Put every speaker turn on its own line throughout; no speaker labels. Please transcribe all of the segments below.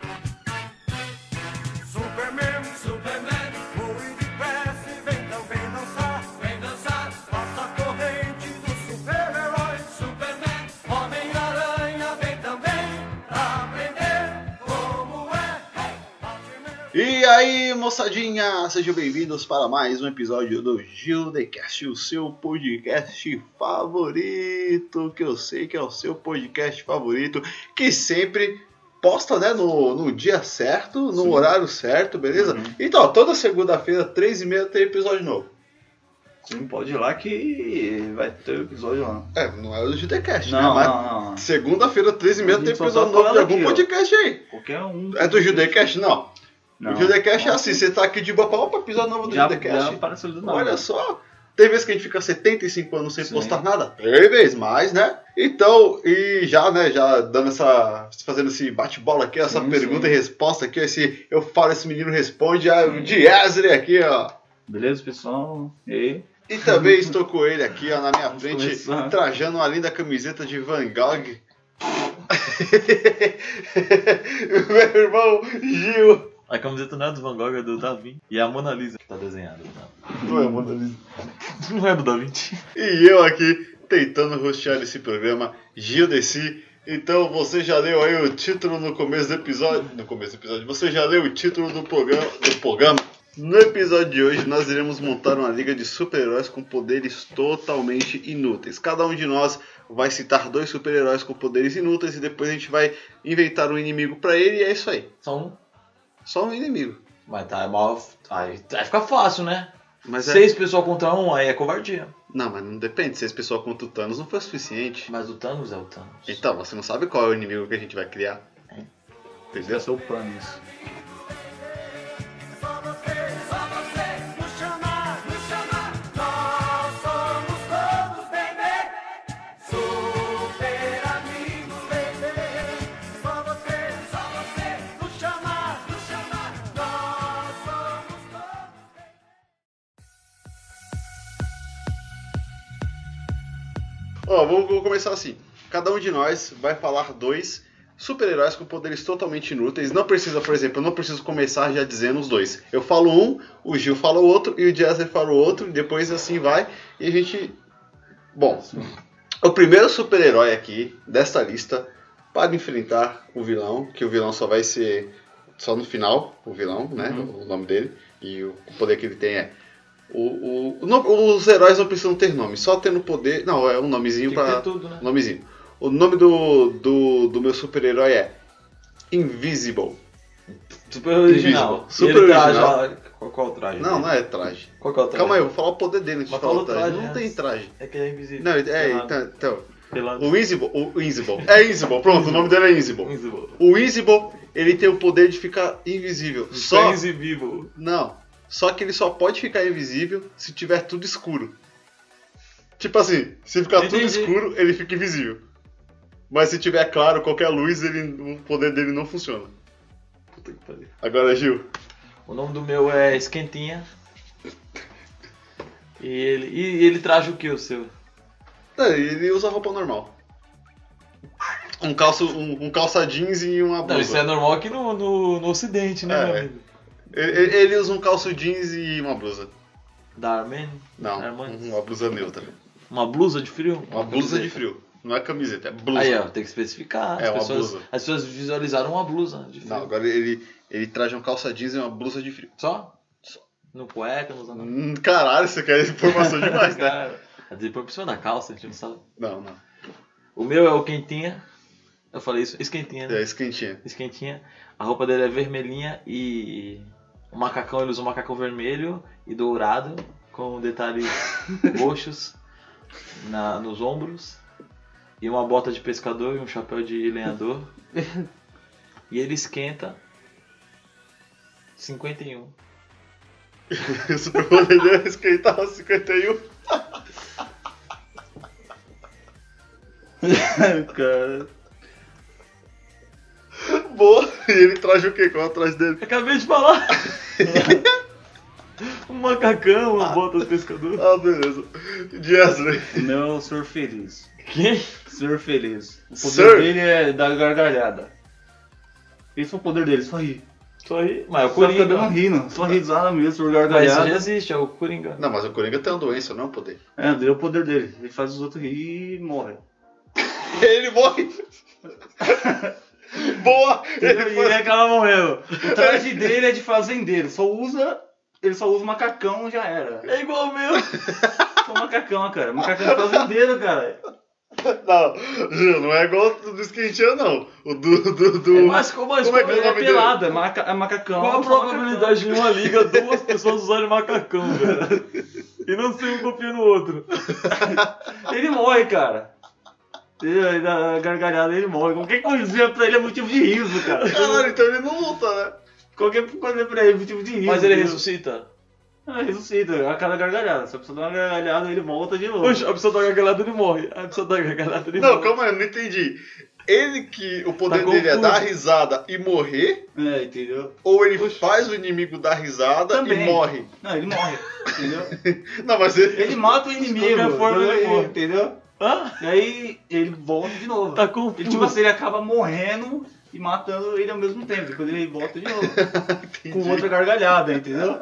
e
E aí, moçadinha, sejam bem-vindos para mais um episódio do Gildecast, o seu podcast favorito, que eu sei que é o seu podcast favorito, que sempre posta, né, no, no dia certo, no
Sim.
horário certo, beleza?
Uhum.
Então, toda segunda-feira, três e meia, tem episódio novo.
Sim, pode ir lá que vai ter o episódio lá.
É, não é o Gildecast, né,
Não,
mas...
não, não, não.
Segunda-feira, três e meia,
A
tem
gente só
episódio
tá
novo de
falando
algum
aqui, ó.
podcast aí.
Qualquer um.
É do Judecast? Não.
Não.
O Judecast é
Nossa,
assim, você tá aqui de boa, pra- opa, episódio novo do
Já,
Judecast.
já apareceu do nada.
Olha só, tem vezes que a gente fica 75 anos sem
Sim.
postar nada, três vezes mais, né? Então, e já, né, já dando essa, fazendo esse bate-bola aqui, essa
Sim,
pergunta
sim.
e resposta aqui, esse eu falo, esse menino responde, ah, o
Sim.
Diezre aqui, ó.
Beleza, pessoal? E aí?
E também estou com ele aqui, ó, na minha
Vamos
frente,
começar.
trajando uma linda camiseta de Van Gogh. Meu irmão Gil.
A camiseta não é do Van Gogh, é do Da Vinci. E a Mona Lisa que tá desenhada. Tá?
é,
Não é do Da Vinci.
E eu aqui, tentando rostear esse programa, Gil Desi. Então, você já leu aí o título no começo do episódio. No começo do episódio, você já leu o título do programa. Do programa. No episódio de hoje, nós iremos montar uma liga de super-heróis com poderes totalmente inúteis. Cada um de nós vai citar dois super-heróis com poderes inúteis e depois a gente vai inventar um inimigo pra ele e é isso aí.
Só um.
Só um inimigo.
Mas tá, é mal. Aí, aí fica fácil, né?
Mas é...
Seis pessoas contra um, aí é covardia.
Não, mas não depende. Se esse pessoal contra o Thanos não foi o suficiente.
Mas o Thanos é o Thanos.
Então, você não sabe qual é o inimigo que a gente vai criar. Entendeu?
Esse é o Panis.
Ó, vamos vamos começar assim. Cada um de nós vai falar dois super-heróis com poderes totalmente inúteis. Não precisa, por exemplo, eu não preciso começar já dizendo os dois. Eu falo um, o Gil fala o outro e o Jazzer fala o outro, e depois assim vai e a gente. Bom, o primeiro super-herói aqui desta lista para enfrentar o vilão, que o vilão só vai ser só no final, o vilão, né?
Uhum.
O nome dele e o poder que ele tem é o, o- não- os heróis não precisam ter nome, só tendo poder. Não, é um
Tem
nomezinho
que
pra.
ter tudo, né?
Nomezinho. O nome do, do, do meu super-herói é Invisible.
Super original.
Super
E ele tá
original.
já- Qual, qual o traje?
Não, não é traje.
Qual que é o traje?
Calma aí, eu vou falar o poder dele antes de
Mas
falar o
fala o
traje.
traje
Não
antes.
tem traje.
É que ele é invisível.
Não, é,
Pelado.
então, então.
Pelado.
O Invisible. O Invisible. É Invisible, pronto, o nome dele é Invisible.
Invisível.
O Invisible, ele tem o poder de ficar invisível. Só.
Invisível.
Não. Só que ele só pode ficar invisível se tiver tudo escuro. Tipo assim, se ficar tudo
Entendi.
escuro, ele fica invisível. Mas se tiver claro, qualquer luz, ele, o poder dele não funciona.
Puta que pariu.
Agora, Gil.
O nome do meu é Esquentinha. E ele, e ele traz o que, o seu?
tá, Ele usa roupa normal. Um, calço, um, um calça jeans e uma
Não, isso é
blusa.
normal aqui no, no, no ocidente, né,
É.
meu amigo?
Ele, ele- ele usa um calço jeans e uma blusa.
Da Armênia?
Não,
Armani.
uma blusa neutra.
Uma blusa de frio?
Uma blusa de
camiseta.
frio. Não é camiseta, é blusa.
Aí, ó, tem que especificar.
É,
as,
uma
pessoas,
blusa.
as pessoas visualizaram uma blusa de frio.
Não, agora ele, ele traz um calça jeans e uma blusa de frio.
Só? No cueca, nos anúncios.
Hum, Caralho, você quer informação demais, né?
Depois por cima da calça, a gente não sabe.
Não, não.
O meu é o quentinha. Eu falei isso, esquentinha, né?
É esquentinha.
Esquentinha. A roupa dele é vermelhinha e. O macacão, ele usa um macacão vermelho e dourado, com detalhes roxos na- nos ombros. E uma bota de pescador e um chapéu de lenhador. E ele esquenta 51.
O superpoder dele é esquentar os 51.
Cara.
Boa. E ele traz o que? Qual é atrás dele?
Acabei de falar! um macacão, uma bota de pescador.
Ah, beleza. né? Jesley.
O meu é o Sr. Feliz.
Quem?
Sr. Feliz. O poder
Sir?
dele é dar gargalhada. Esse é o poder dele, só rir.
Só aí. Mas é o
Só fica dando
Coringa. É.
rindo, só risada mesmo por
Mas isso já
gargalhada.
existe, é o Coringa.
Não, mas o Coringa tem uma doença, não é um poder.
É, dele é o poder dele. Ele faz os outros rir e morre.
Ele morre. boa!
Entendeu? E ele acaba morrendo. O traje dele é de fazendeiro, só usa. Ele só usa macacão já era.
É igual o meu.
Só macacão, cara. Macacão é de fazendeiro, cara.
Não, Gil, não é igual do do Skintinha, não. O do. do, do...
É mais como
Como é que é o
Ele é
nome dele?
pelado, é, maca, é macacão.
Qual a
só
probabilidade de um uma liga duas pessoas usarem macacão, cara? E não sei um confia no outro.
macacão. Ele morre, cara. Ele, ele dá gargalhada, ele morre. Qualquer coisinha pra ele é motivo de riso, cara.
Caralho, então ele não luta, né?
Qualquer coisa pra ele é motivo de riso.
Mas ele
entendeu?
ressuscita.
Ah, ressuscita, a cada gargalhada. Se a pessoa dá uma gargalhada, ele volta de novo.
Poxa, a pessoa da gargalhada ele morre. A pessoa da gargalhada ele
Não,
morre.
calma aí, eu não entendi. Ele que o poder
Tá
dele é
confuso.
dar risada e morrer,
É, entendeu?
ou ele faz o inimigo dar risada
Também.
e morre?
Não, ele morre, entendeu?
Não, mas ele.
Ele mata o inimigo,
qualquer forma, ele
entendeu?
morre.
entendeu?
Hã?
E aí ele volta de novo.
Tá confuso.
Ele, tipo assim, ele acaba morrendo e matando ele ao mesmo tempo. Depois ele volta de novo. é com outra gargalhada, entendeu?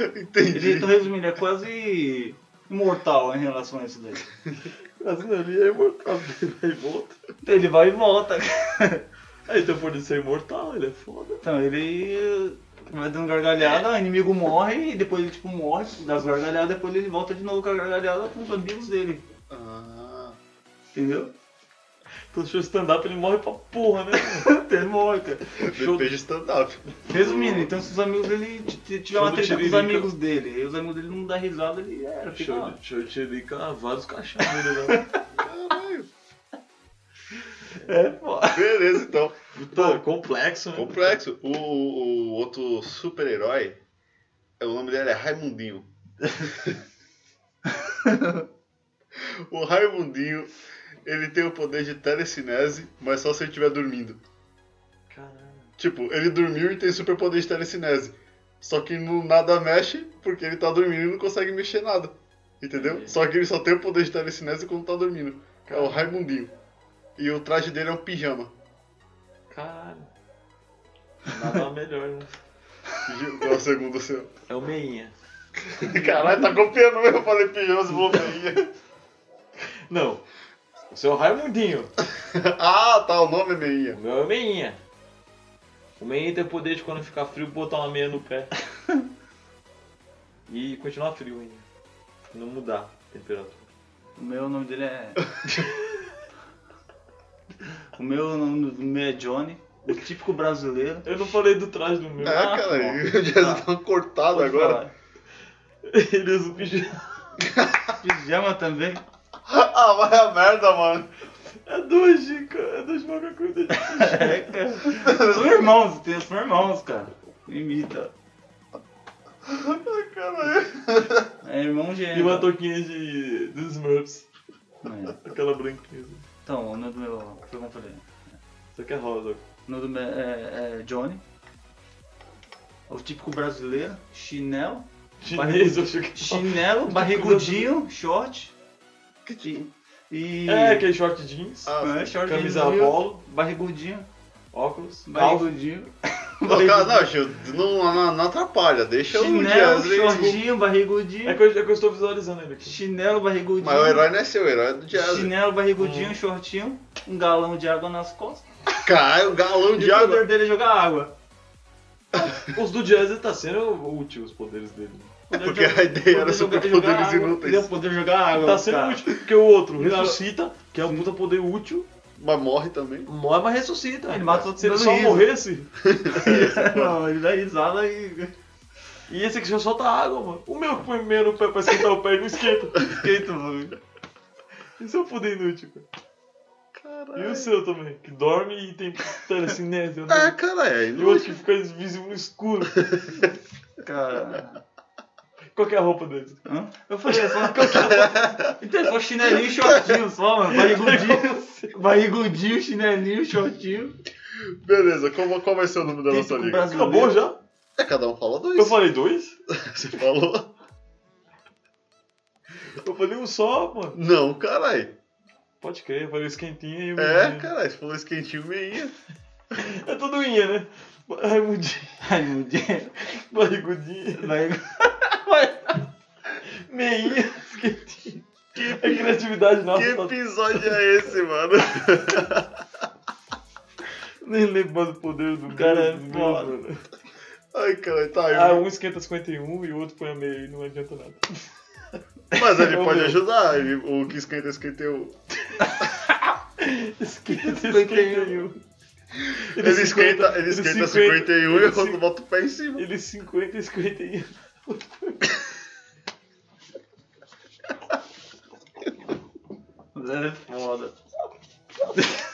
Ele,
Entendi.
então, resumindo, ele é quase imortal em relação a isso daí.
Ele é imortal, ele vai e volta.
Então, Ele vai e volta.
Ah, então por isso é imortal, ele é foda.
Então, ele vai dando gargalhada, o inimigo morre, e depois ele, tipo, morre das gargalhadas, depois ele volta de novo com a gargalhada com os amigos dele,
Ah,
entendeu?
Então show stand-up ele morre pra porra, né?
Até ele morre, cara.
Show-
depende de stand-up.
Resumindo, então se os amigos dele t- t- tiver
Show
uma
do
treta com os
Tiririca.
amigos dele, e os amigos dele não dá risada, ele era, fica
Show
lá.
de, show de xerica, vários cachorros, né?
Caralho.
É, pô.
Beleza, então.
Pô, complexo, né?
Complexo. O, o- o outro super-herói, é, o nome dele é Raimundinho. o Raimundinho, ele tem o poder de telecinese, mas só se ele estiver dormindo.
Caralho.
Tipo, ele dormiu e tem superpoder de telecinese. Só que não, nada mexe, porque ele tá dormindo e não consegue mexer nada. Entendeu?
Entendi.
Só que ele só tem o poder de telecinese quando tá dormindo. É o Raimundinho. E o traje dele é um pijama.
Caralho. Nada melhor, né?
Pijama- Qual é o segundo seu?
É o meinha.
Caralho, tá copiando mesmo. Eu falei pijama, você falou meinha.
Não. O seu Raimundinho.
Ah, tá, o nome é
O
meinha.
meu é o meinha. O meinha tem o poder de quando ficar frio botar uma meia no pé. E continuar frio ainda. Não mudar a temperatura.
O meu nome dele é. o meu nome do meu é Johnny, o típico brasileiro.
Eu não falei do traje do meu. Ah,
É, cara, o Jazz tá cortado
Pode
agora.
Ele usa o pijama.
falar. Pijama também.
Ah, vai a merda, mano.
É dois, Chico. É dois macacões de
É, cara. São irmãos, tem- são irmãos, cara. Imita.
Ai, Caralho.
É irmão gêmeo.
E uma touquinha de dos Smurfs.
É.
Aquela branquinha.
Então, o nome do meu. Foi como eu falei.
Só que é rosa.
O nome do meu é, é Johnny. O típico brasileiro. Chinelo.
Chinês, eu acho que é
Chinelo, barrigudinho, short. E. e-
é. É, aquele short jeans.
Ah,
É, short
camisa
jeans,
polo,
Barrigudinho.
óculos, calça.
Barrigudinho.
não, cara, não, Gil, não, não, não atrapalha. Deixa o
Chinelo,
Jazz. aí.
shortinho,
É
barrigudinho.
que, eu, é que eu estou visualizando ele aqui.
Chinelo, barrigudinho.
Mas o herói não é seu, o herói é do Jazz.
Chinelo, barrigudinho, shortinho, um galão de água nas costas.
Caralho, galão
E
Um de
o poder
água.
dele é jogar água.
Os do Jazz tá sendo útil os poderes dele.
O poder
Porque
de-
a ideia era
poder jogar- jogar
superpoderes
água. Ele é
inúteis.
poder jogar água.
Tá sendo
cara.
útil, porque o outro
Cara.
ressuscita, que é um puta poder útil,
Mas morre também.
morre, mas ressuscita.
Ele mata todo
Se ele
mundo
só
riso.
morresse.
Não, ele dá risada e.
E esse aqui já solta água, mano. O meu que põe meia no pé pra esquentar o pé e não esquenta.
Esquenta, mano.
Esse é um poder inútil, cara. E o
Caralho.
seu também, que dorme e tem telecinese.
É,
né?
cara, é
E o
inútil.
outro que fica invisível no escuro.
Cara.
Qual que é a roupa dele?
Hã? Eu falei, é só Então, só chinelinho e
Tá
shortinho só, mano. Barrigudinho. barrigudinho, chinelinho, shortinho.
Beleza, como, qual vai ser o número da nossa
Típico
liga?
brasileiro.
Acabou já?
É, cada um fala dois.
Eu falei dois?
Você falou?
Eu falei um só, mano.
Não, caralho.
Pode crer, eu falei esquentinha e o
É,
meinha.
caralho, você falou esquentinho meinha.
É tudo inha, né? Raimundinho,
Ai, meu Deus.
barrigudinho,
Barrigu-
meinha, esquentinho. É tá-
é
criatividade nossa.
Que
tá-
episódio é esse, mano?
Nem lembro mais o poder do
O cara é
do- do-
foda.
Ai, cara, tá aí.
Ah, um esquenta 51 e o outro põe a meia e não adianta nada.
Mas ele
Ô,
pode
meu.
ajudar, ele, o que esquenta, esquenta o.
Esquenta
51.
51.
Ele, esquenta, ele esquenta 51 e um,
ele
eu
cin-
boto o pé em cima.
Ele 50 e 51.
Zé é foda.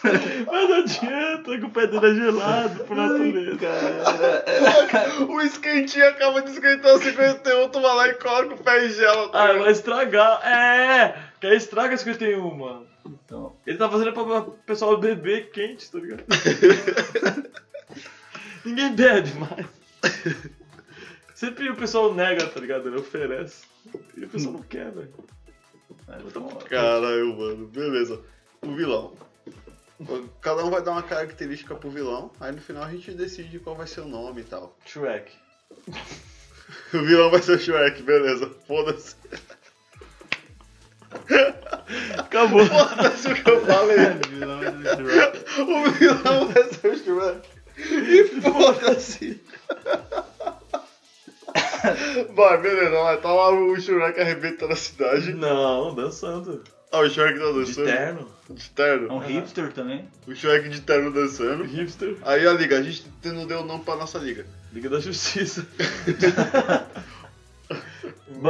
Mas não adianta que o pé dele é gelado por natureza.
Cara,
O esquentinho acaba de esquentar o 51, tu vai lá e coloca o pé em tá gelo.
Ah, vai estragar. É, que aí estraga 51, mano.
então,
Ele tá fazendo pra pra pessoal beber quente, tá ligado? Ninguém bebe mais. Sempre o pessoal nega, tá ligado? Ele oferece. E o pessoal não quer, velho.
é foda.
Caralho, mano, beleza. O vilão. Cada um vai dar uma característica pro vilão, aí no final a gente decide qual vai ser o nome e tal.
Shrek.
O vilão vai ser o Shrek, beleza. Foda-se.
Acabou.
Foda-se o que eu falei.
Vilão é do Shrek.
O vilão vai ser o Shrek. E foda-se. Vai, beleza, vai. Tá lá o Shrek arrebentando a cidade.
Não, dançando.
Ah, o Shrek tá
De
dançando.
terno.
De
É
terno.
um hipster também?
O Shrek de terno dançando.
Hipster.
Aí a liga, a gente não deu nome pra nossa liga.
Liga da Justiça.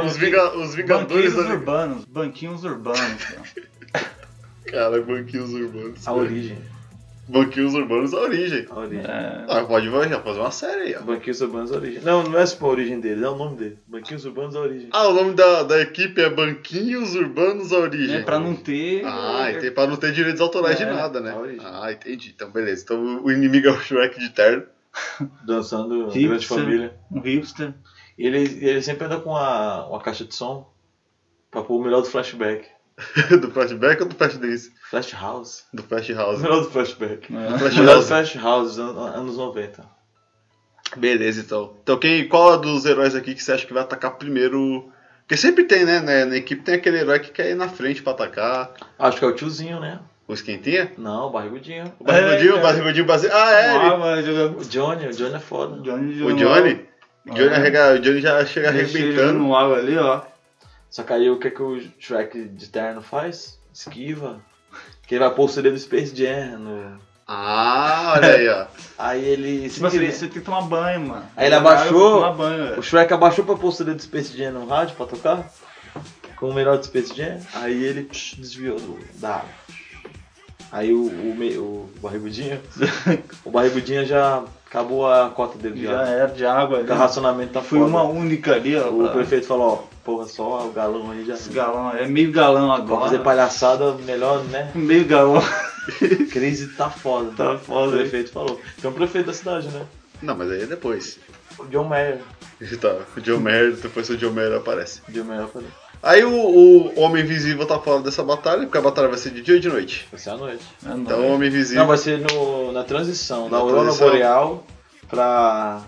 Os, vinga, os Vingadores
Banquinhos
da Liga.
urbanos. Banquinhos urbanos. cara.
Cara, banquinhos urbanos.
A origem.
Banquinhos urbanos, a origem.
A origem.
É,
Ah, pode vai- fazer uma série aí, ó.
Banquinhos Urbanos a origem. Não, não é tipo a origem dele, é o nome dele. Banquinhos Urbanos a origem.
Ah, o nome da, da equipe é Banquinhos Urbanos, a origem.
né, pra não ter. um
Ah, entendi, pra não ter direitos autorais
É,
de nada, né?
a origem.
Ah, entendi. Então, beleza. Então o inimigo é o Shrek de terno.
Dançando
Hipster.
Grande Família.
Um hipster.
E ele, ele sempre anda com uma, uma caixa de som pra pôr o melhor do flashback.
do flashback ou do flash dance?
Flash House.
Do flash
O
house.
melhor do flashback.
né?
Flash
O melhor do
house.
Flash House, an- anos 90.
Beleza, então. Então, quem, qual é dos heróis aqui que você acha que vai atacar primeiro? Porque sempre tem, né? né, Na equipe tem aquele herói que quer ir na frente pra atacar.
Acho que é o tiozinho, né?
O esquentinha?
Não, o barrigudinho.
O barrigudinho,
É,
o barrigudinho base... Ah, é, ele.
Ah, mas
O
joga-
Johnny, o Johnny é foda.
Johnny
O Johnny? O Johnny,
Ah.
arrega- o Johnny já chega
arrebentando
arrebentando.
no água ali, ó.
Só que aí o que, é que o Shrek de terno faz? Esquiva. Que ele vai pôr o CD do Space Jam. no-
Ah, olha aí, ó.
Aí ele.
Tipo assim,
querer-
você tem que tomar banho, mano.
Aí ele
Jogar água
abaixou.
pra Tomar banho,
O
velho.
Shrek abaixou pra pôr o CD do Space Jam no rádio pra tocar. Com o melhor do Space Jam. Aí ele psh, desviou do, da água. Aí o, o, me- o barrigudinho. o barrigudinho já acabou a cota dele.
Já
Já.
era de água ali.
O racionamento tá
Foi
foda.
uma única ali, ó.
O
pra-
prefeito falou, ó, porra, só o galão aí já.
Esse galão, é meio galão
Pra
agora. É
fazer palhaçada, melhor, né?
Meio galão.
Crise tá foda.
Tá foda,
O prefeito falou. Tem um prefeito da cidade, né?
Não, mas aí é depois.
O John Mayer.
Tá, o John Mayer, depois o John Mayer aparece.
John Mayer falou.
Aí o, o Homem Invisível tá fora dessa batalha, porque a batalha vai ser de dia ou de noite.
Vai ser à noite.
É
Então o
nóis.
Homem
Não,
Invisível.
vai ser no, na transição,
Na
da Aurora
transição.
Boreal pra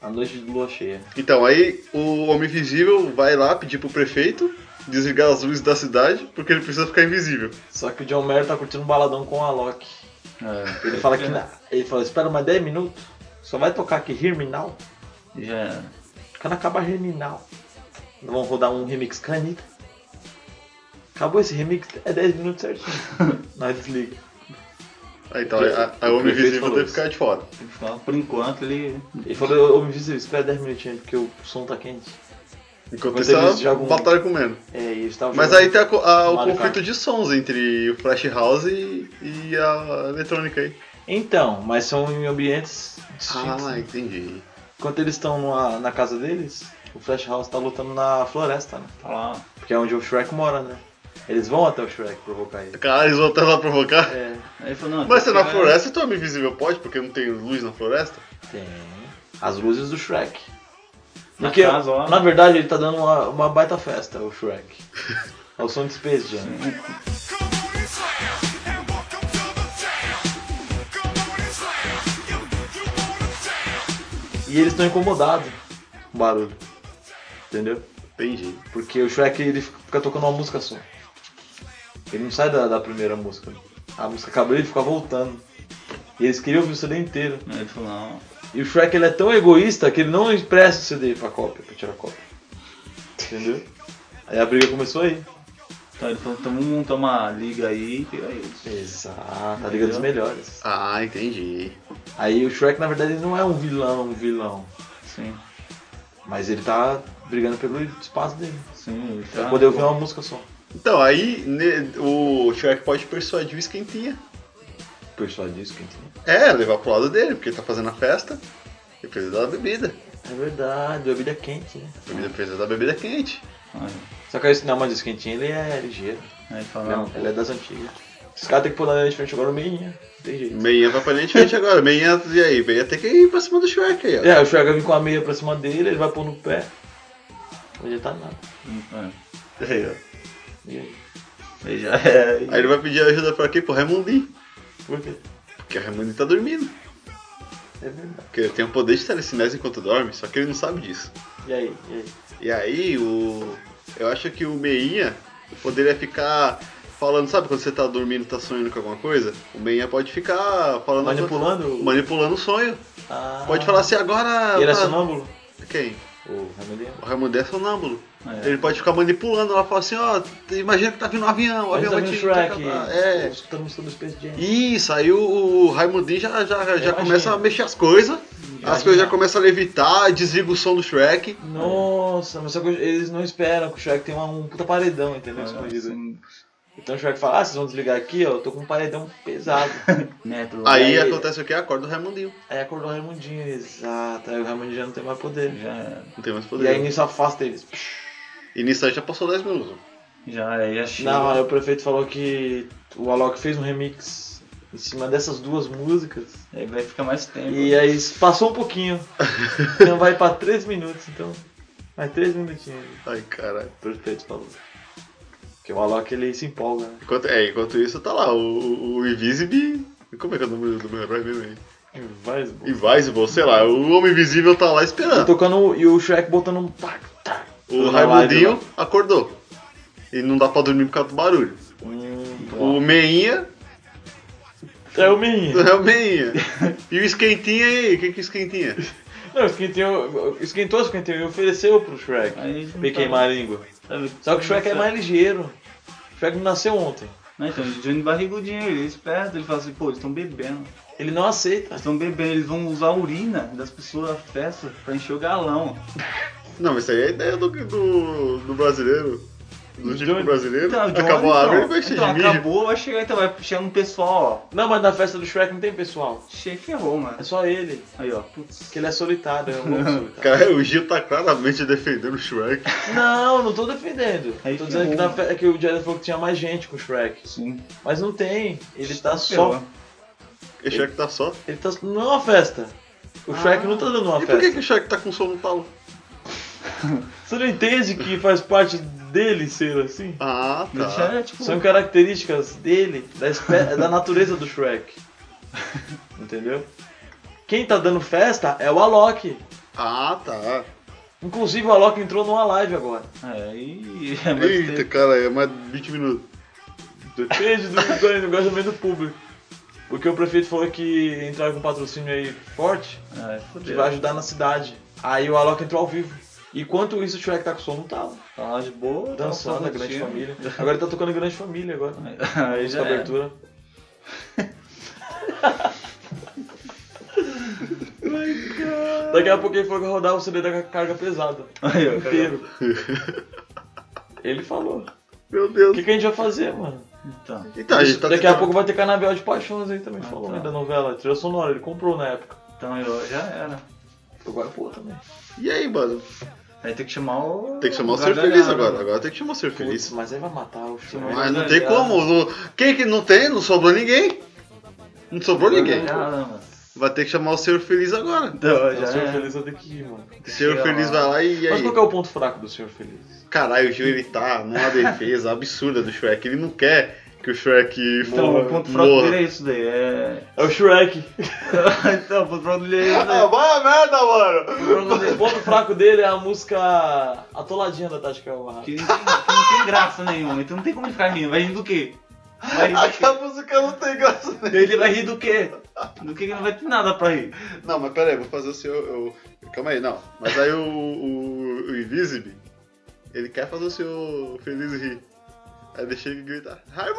a noite de lua cheia.
Então, aí o Homem Invisível vai lá pedir pro prefeito desligar as luzes da cidade, porque ele precisa ficar invisível.
Só que o John Mayer tá curtindo um baladão com a Loki.
É,
Ele fala que. na- ele fala, espera mais 10 minutos, só vai tocar aqui Hear Me Now.
já era.
Quando acaba Hear Me Now, nós vamos rodar um remix canita. Acabou esse remix, é 10 minutos certinho. nós desliga.
Aí então, aí, a- aí o Homem
O prefeito
Invisível
falou
deve
isso.
ficar de fora.
Ele fala, Por enquanto ele.
Ele falou, ô me disse, espera 10 minutinhos porque o som tá quente.
Enquanto
Enquanto
isso,
eles
a
jogam-
batalha comendo.
É, e eles estavam
Mas
jogando-
aí tem a co- a- o
Mario
conflito
Kart.
de sons entre o Flash House e, e a eletrônica aí.
Então, mas são em ambientes distintos.
Ah, entendi.
Enquanto eles estão numa- na casa deles, o Flash House tá lutando na floresta, né?
Tá lá.
Porque é onde o Shrek mora, né? Eles vão até o Shrek provocar ele.
Cara, eles vão até lá provocar.
É,
Aí ele falou, não.
Mas se
tem
é na
que-
floresta, tu é invisível pode, porque não tem luz na floresta?
tem. As luzes do Shrek.
Na
Porque,
casa lá.
na verdade, ele tá dando uma, uma baita festa, o Shrek. Ao som de Space Jam.
Come on and slam and welcome to the jam. Come on and slam, you you wanna jam.
E eles estão incomodados com o barulho. Entendeu?
Entendi.
Porque o Shrek ele fica tocando uma música só. Ele não sai da, da primeira música. A música acabou e ele fica voltando. E eles queriam ouvir o CD inteiro.
Aí Ele falou, não.
E o Shrek ele é tão egoísta que ele não empresta o CD pra cópia, pra tirar cópia. Entendeu? Aí a briga começou aí.
Então ele falou, então vamos montar uma liga aí e pegar eles.
Exato, a Liga dos
Entendeu?
Melhores.
Ah, entendi.
Aí o Shrek, na verdade, ele não é um vilão, um vilão.
Sim,
Mas ele tá brigando pelo espaço dele.
sim. ele
Pra
tá-
poder ouvir uma música só.
Então, aí ne- o Shrek pode persuadir o esquentinha.
Persuadir isso, quem tem.
É, levar pro lado dele, porque ele tá fazendo a festa. E precisa da bebida.
É verdade, bebida quente, né?
A bebida precisa da bebida quente.
Aí,
Só que aí, não, mas o esquentinho ele é ligeiro.
aí ele falou,
Não, ele é das antigas. Os caras têm que pôr na linha de frente agora o meinha. Não tem jeito.
Meinha vai pra linha de frente agora. Meinha, e aí? Meinha tem que ir pra cima do Shrek aí, ó.
É, o Shrek vai vir com a meia pra cima dele, ele vai pôr no pé. Não adianta nada.
é. Aí, ó.
E aí?
Aí já é.
Aí ele vai pedir ajuda pra quem? Pro Raimundinho.
Por quê?
Porque o Raimundinho tá dormindo.
É verdade.
Porque ele tem o poder de telecinese enquanto dorme, só que ele não sabe disso.
E aí? E aí?
E aí, o. Eu acho que o Meinha poderia ficar falando, sabe quando você tá dormindo e tá sonhando com alguma coisa? O Meinha pode ficar falando.
Manipulando?
Manipulando o sonho.
Ah.
Pode falar assim agora.
E ele é
tá-
sonâmbulo?
Quem?
O Ramelino.
O Raimundo é sonâmbulo.
É.
Ele pode ficar manipulando, ela fala assim, ó, imagina que tá vindo um avião, o avião vai
Olha o
te
Shrek.
atacar. É.
Estamos sobre o Space Jam.
Isso, aí o, o Raimundinho já, já, já
Imagina.
começa a mexer as coisas, as
Imagina.
coisas já começam a levitar, desliga o som do Shrek.
Nossa, mas só que eles não esperam que o Shrek tem uma- um puta paredão, entendeu? Escondido.
Assim,
Então o Shrek fala, ah, vocês vão desligar aqui, ó, eu tô com um paredão pesado.
metro.
Aí,
aí?
acontece o que? Acorda o Raimundinho.
aí acordou o Raimundinho, exato, aí o Raimundinho já não tem mais poder.
Já é.
Não tem mais
E aí
poder.
nisso afasta eles. Psh.
E nisso aí já passou 10 minutos.
Já é. Já chega.
Não, aí o prefeito falou que o Alok fez um remix em cima dessas duas músicas.
Aí vai ficar mais tempo.
E aí passou um pouquinho. então vai pra três minutos, então. Vai três minutinhos.
Ai, caralho.
Perfeito, falou. Porque o Alok ele se empolga, né?
Enquanto, é, enquanto isso, tá lá, o, o, o Invisible... Como é que é o nome do meu herói mesmo aí?
E vai, esbo-
Invisible, sei lá, o Homem Invisível tá lá
E
esperando.
tocando e o Shrek botando um tac, tac.
O
na
Raimundinho
live lá.
acordou. E não dá pra dormir por causa do barulho.
Hum,
O Meinha
é o menino.
é o Meinha. E o Esquentinha aí? O que que é Esquentinha?
Não, esquentou, esquentou, esquentou e ofereceu pro Shrek.
Aí não
Fiquei
tá-
maringo.
Sabe?
Só que o Shrek é mais ligeiro. O Shrek não nasceu ontem.
Não, então, o Johnny barrigudinho, ele é esperto, ele fala assim, pô, eles estão bebendo.
Ele não aceita.
Eles estão bebendo, eles vão usar a urina das pessoas da festa pra encher o galão.
Não, mas isso aí é a ideia do, do, do brasileiro. Do típico
Johnny-
brasileiro.
Então, o Johnny,
Acabou a água, ele
então,
vai cheio
então,
de mijo.
acabou, vai chegar, então, vai chegando um pessoal, ó.
Não, mas na festa do Shrek não tem pessoal.
Cheio ferrou, mano.
É só ele.
Aí, ó, putz.
Que ele é solitário, é um louco solitário.
Cara, o Gil tá claramente defendendo o Shrek.
Não, não tô defendendo.
Aí
tô
que
dizendo que,
bom.
na fe- é que o Jared falou que tinha mais gente com o Shrek.
Sim.
Mas não tem. Ele tá só.
Ferrou.
E o Shrek tá só.
Ele tá. Não é uma festa. O Shrek não tá dando uma
E
festa.
por que, que o Shrek tá com som no talo?
Você não entende que faz parte dele ser assim?
Ah,
Mas já
tá.
é, tipo,
São características dele, da, espé- da natureza do Shrek. Entendeu? Quem tá dando festa é o Alok.
Ah, tá.
Inclusive o Alok entrou numa live agora.
aí... É, mas
Eita,
tem-
cara, é mais 20 minutos.
Depende do do engajamento público. Porque o prefeito falou é que entrar com um patrocínio aí forte,
É,
que
fodeu.
vai ajudar na cidade. Aí o Alok entrou ao vivo. Enquanto isso, o Shrek tá com som no talo.
Tá lá de boa. tá
Dançando a
lá
Grande
curtindo.
Família. Agora ele tá tocando Grande Família agora.
Aí
Essa
já é.
abertura. Daqui a pouco ele foi rodar o CD da carga pesada.
Aí, ó,
Tá
Inteiro. Ele falou.
Meu
O
Deus.
que, que a gente vai fazer, mano?
Então,
Então, a gente tá
Daqui a
tentando-
pouco vai ter Canavial de Paixões aí também.
Ah,
falou
tá.
né, da novela, trilha sonora, ele comprou na época.
então aí, ó, já era.
Agora pô também.
E aí, mano?
Aí tem que chamar o...
Tem que chamar o Ser
gargalhado,
Feliz
né?
agora. Agora tem que chamar o Ser Feliz.
Putz, mas aí vai matar o
Mas
Shrek.
Mas não
é
tem
legal.
como. não- Quem que não tem? Não sobrou ninguém. Não sobrou ninguém.
Gargalhada, mano.
Vai ter que chamar o Senhor Feliz agora.
Então,
O
já
Senhor
é.
Feliz vai ter que ir, mano.
O Senhor
Chega
Feliz
lá.
vai lá e
Mas
aí.
qual que é o ponto fraco do Senhor Feliz?
Caralho, o Gil ele tá numa defesa absurda do Shrek. Ele não quer que o Shrek
Então,
morra.
o ponto fraco
morra.
dele é isso daí, é...
É o Shrek.
então, o ponto fraco dele é isso
Ah,
daí.
vai a merda, mano!
O ponto fraco dele é a música Atoladinha da Tática Barra.
Que não, tem, que não tem graça nenhuma, então não tem como ficar rindo, vai rindo do quê? Vai rir do quê?
A música não tem graça nenhuma.
Ele vai rir do quê? Do que ele não vai ter nada pra rir.
Não, mas pera aí, vou fazer o seu. eu- Calma aí, não. Mas aí o, o, o Invisible, ele quer fazer o seu Feliz rir. Aí ele chega e grita: Raimundo!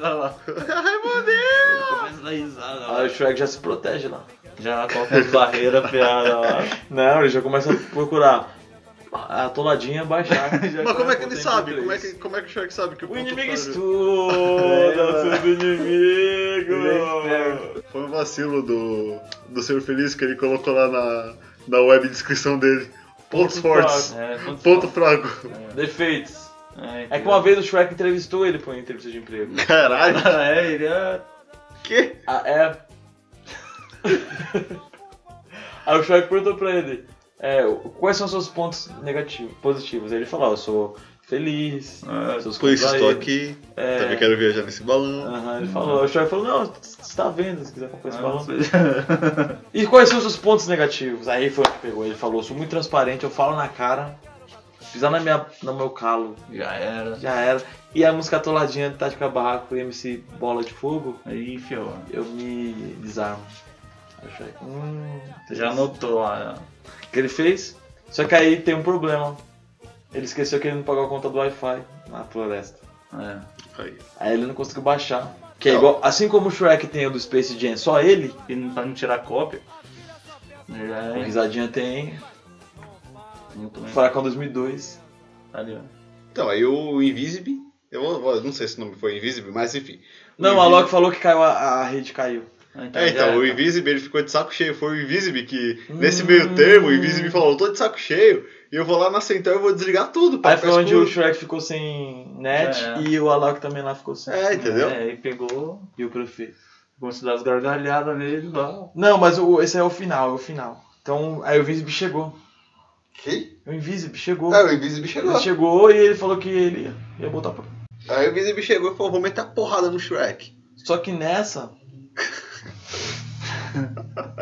Olha lá.
Raimundo!
Ele começa a dar risada.
Aí Ah, o Shrek já se protege lá.
Já coloca as barreiras,
Ah,
piada lá.
Não, ele já começa a procurar a toladinha baixar.
Mas como é que ele sabe? Como é que, como é que o Shrek sabe que o
O
ponto
inimigo
tá-
estuda sobre o inimigo.
Foi um vacilo do, do Senhor Feliz que ele colocou lá na, na web descrição dele. Pontos fortes.
É, quando-
Ponto fraco.
Defeitos.
É,
É que uma vez o Shrek entrevistou ele pra uma entrevista de emprego.
Caralho.
É, ele é.
Que?
Ah, é. Aí o Shrek perguntou pra ele: é, o- quais são os seus pontos negativos, positivos? Aí ele falou: "Ah, eu sou feliz,
Ah,
seus
Por isso estou
contraídos."
aqui.
É.
Também quero viajar nesse balão.
Aham, ele falou, o Shrek falou, não, você tá vendo, se quiser comprar esse
Ah,
balão.
não sei.
E quais são os seus pontos negativos? Aí foi o que pegou, ele falou, sou muito transparente, eu falo na cara, pisar na minha, no meu calo,
Já era.
já era. E a música toladinha do Tática Barraco e MC Bola de Fogo,
Aí, fio.
eu me desarmo. Aí o Shrek, hum,
Você já anotou lá. né?
o que ele fez? Só que aí tem um problema. Ele esqueceu que ele não pagou a conta do Wi-Fi na floresta.
É.
Aí.
Aí ele não conseguiu baixar. Que é
Não.
igual, assim como o Shrek tem o do Space Jam, só ele,
E não- pra não tirar cópia. Já
O
é.
Risadinha tem.
Muito bem.
Furacão 2002.
Tá Ali, ó.
Então, aí o Invisible. Eu vou- eu não sei se o nome foi Invisible, mas enfim. O
Não, a
Invisible-
Loki falou que caiu a, a rede caiu.
Ah, então,
É,
já
então,
tá.
era.
o Invisible ele ficou de saco cheio. Foi o Invisible que,
Hum.
nesse meio termo, o Invisible falou: eu tô de saco cheio e eu vou lá na central e vou desligar tudo. pra
Aí
ficar
foi onde
Tá, escuro."
o Shrek ficou sem net
Já era.
e o Alok também lá ficou sem.
É, entendeu?
É, aí pegou,
E o prefeito.
começou a dar as gargalhadas nele lá.
Não, mas o- esse é o final, é o final. Então, aí o Invisible chegou.
Que?
O Invisible chegou.
É, o Invisible chegou.
Ele chegou e ele falou que ele ia, ia botar pra...
Aí o Invisible chegou e falou: vou meter a porrada no Shrek.
Só que nessa...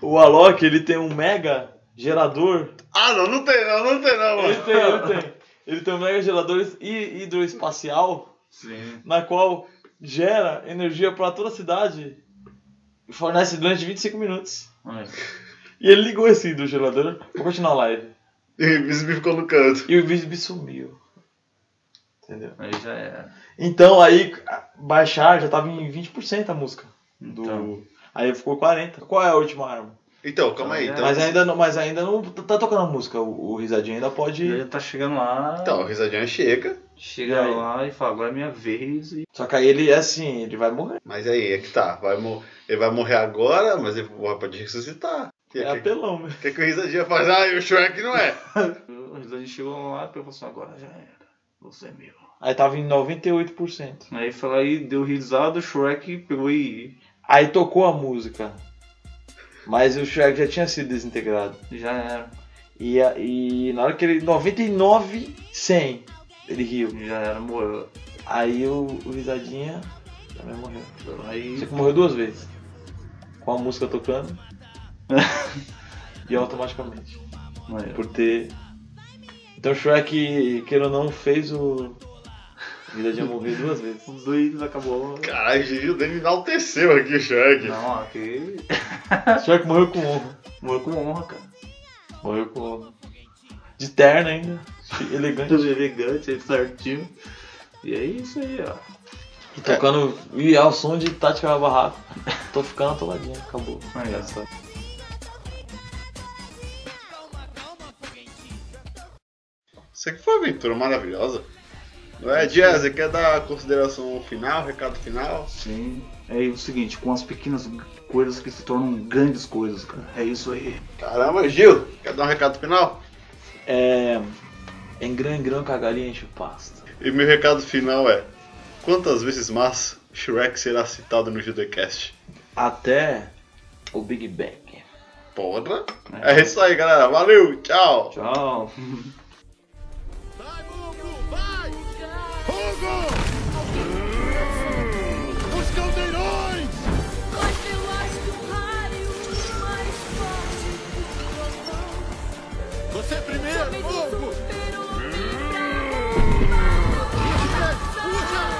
o Alok, ele tem um mega gerador
Ah, não, não tem não, não tem não,
Ele
mano.
tem, ele tem. Ele tem um mega gerador hi- hidroespacial
Sim.
na qual gera energia para toda a cidade e fornece durante 25 minutos. E ele ligou esse hidrogerador. Vou continuar a live.
E o Invisible ficou no canto.
E o Invisible sumiu. Entendeu?
Aí já era.
Então aí a- baixar já tava em 20% a música. Do...
Então.
Aí ficou 40. Qual é a última arma?
Então, calma aí.
É,
Então,
Mas ainda não, mas ainda não tá tá tocando a música. O, o risadinho ainda pode.
É.
Ele tá chegando lá.
então o Risadinha chega.
Chega
E aí?
lá e fala, agora é minha vez. E...
Só que aí ele é assim, ele vai morrer.
Mas aí, é que tá. Vai mor- Ele vai morrer agora, mas ele pode ressuscitar. E
É
aí, O que,
apelão, mesmo.
que, que o Risadinha faz? Ah, e o Shrek não é.
A gente chegou lá e falou assim, agora já era. Você é meu.
Aí tava em 98%.
Aí foi lá e deu risada, o Shrek pegou e
Aí tocou a música. Mas o Shrek já tinha sido desintegrado.
já era.
E, a- e na hora que ele. 99, 100. Ele riu.
Já era, morreu.
Aí o, o Risadinha também morreu.
Aí.
Você que morreu duas vezes. Com a música tocando. e automaticamente.
Aí,
Por ter. Então o Shrek, queira ou não, fez o. O Risadinha morrer duas vezes.
Os dois acabou.
Caralho, o Gigi dele enalteceu aqui o Shrek.
Não, aquele.
O Shrek morreu com honra.
Morreu com honra, cara.
Morreu com honra. De terno ainda. Elegante.
Tudo elegante, ele certinho. E é isso aí, ó.
E tocando. E ao som de Tática Barraco. Tô ficando atoladinho, acabou.
Aí, ó.
Isso aqui foi uma aventura maravilhosa. Não é, Dias? Você quer dar consideração final, um recado final?
Sim. É o seguinte, com as pequenas coisas que se tornam grandes coisas, cara. É isso aí.
Caramba, Gil, quer dar um recado final?
É. Em grão em grão que a galinha enche o pasto.
E meu recado final é: quantas vezes mais Shrek será citado no Judecast?
Até o Big Bang.
Porra! É isso aí, galera. Valeu, tchau!
Tchau.
Vai, Hugo, vai! Hugo! Os caldeirões!
Hoje eu acho que o rádio é mais forte que o trovão.
Você
Somente
primeiro,
um
Hugo!
suspiro me derruba.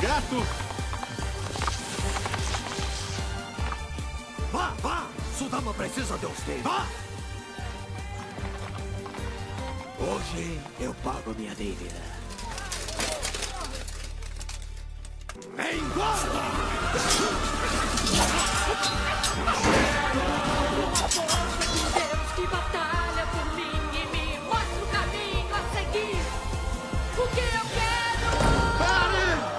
Justo.
Vá, vá! Sudama precisa de você. Vá! Hoje eu pago minha dívida. Engorda!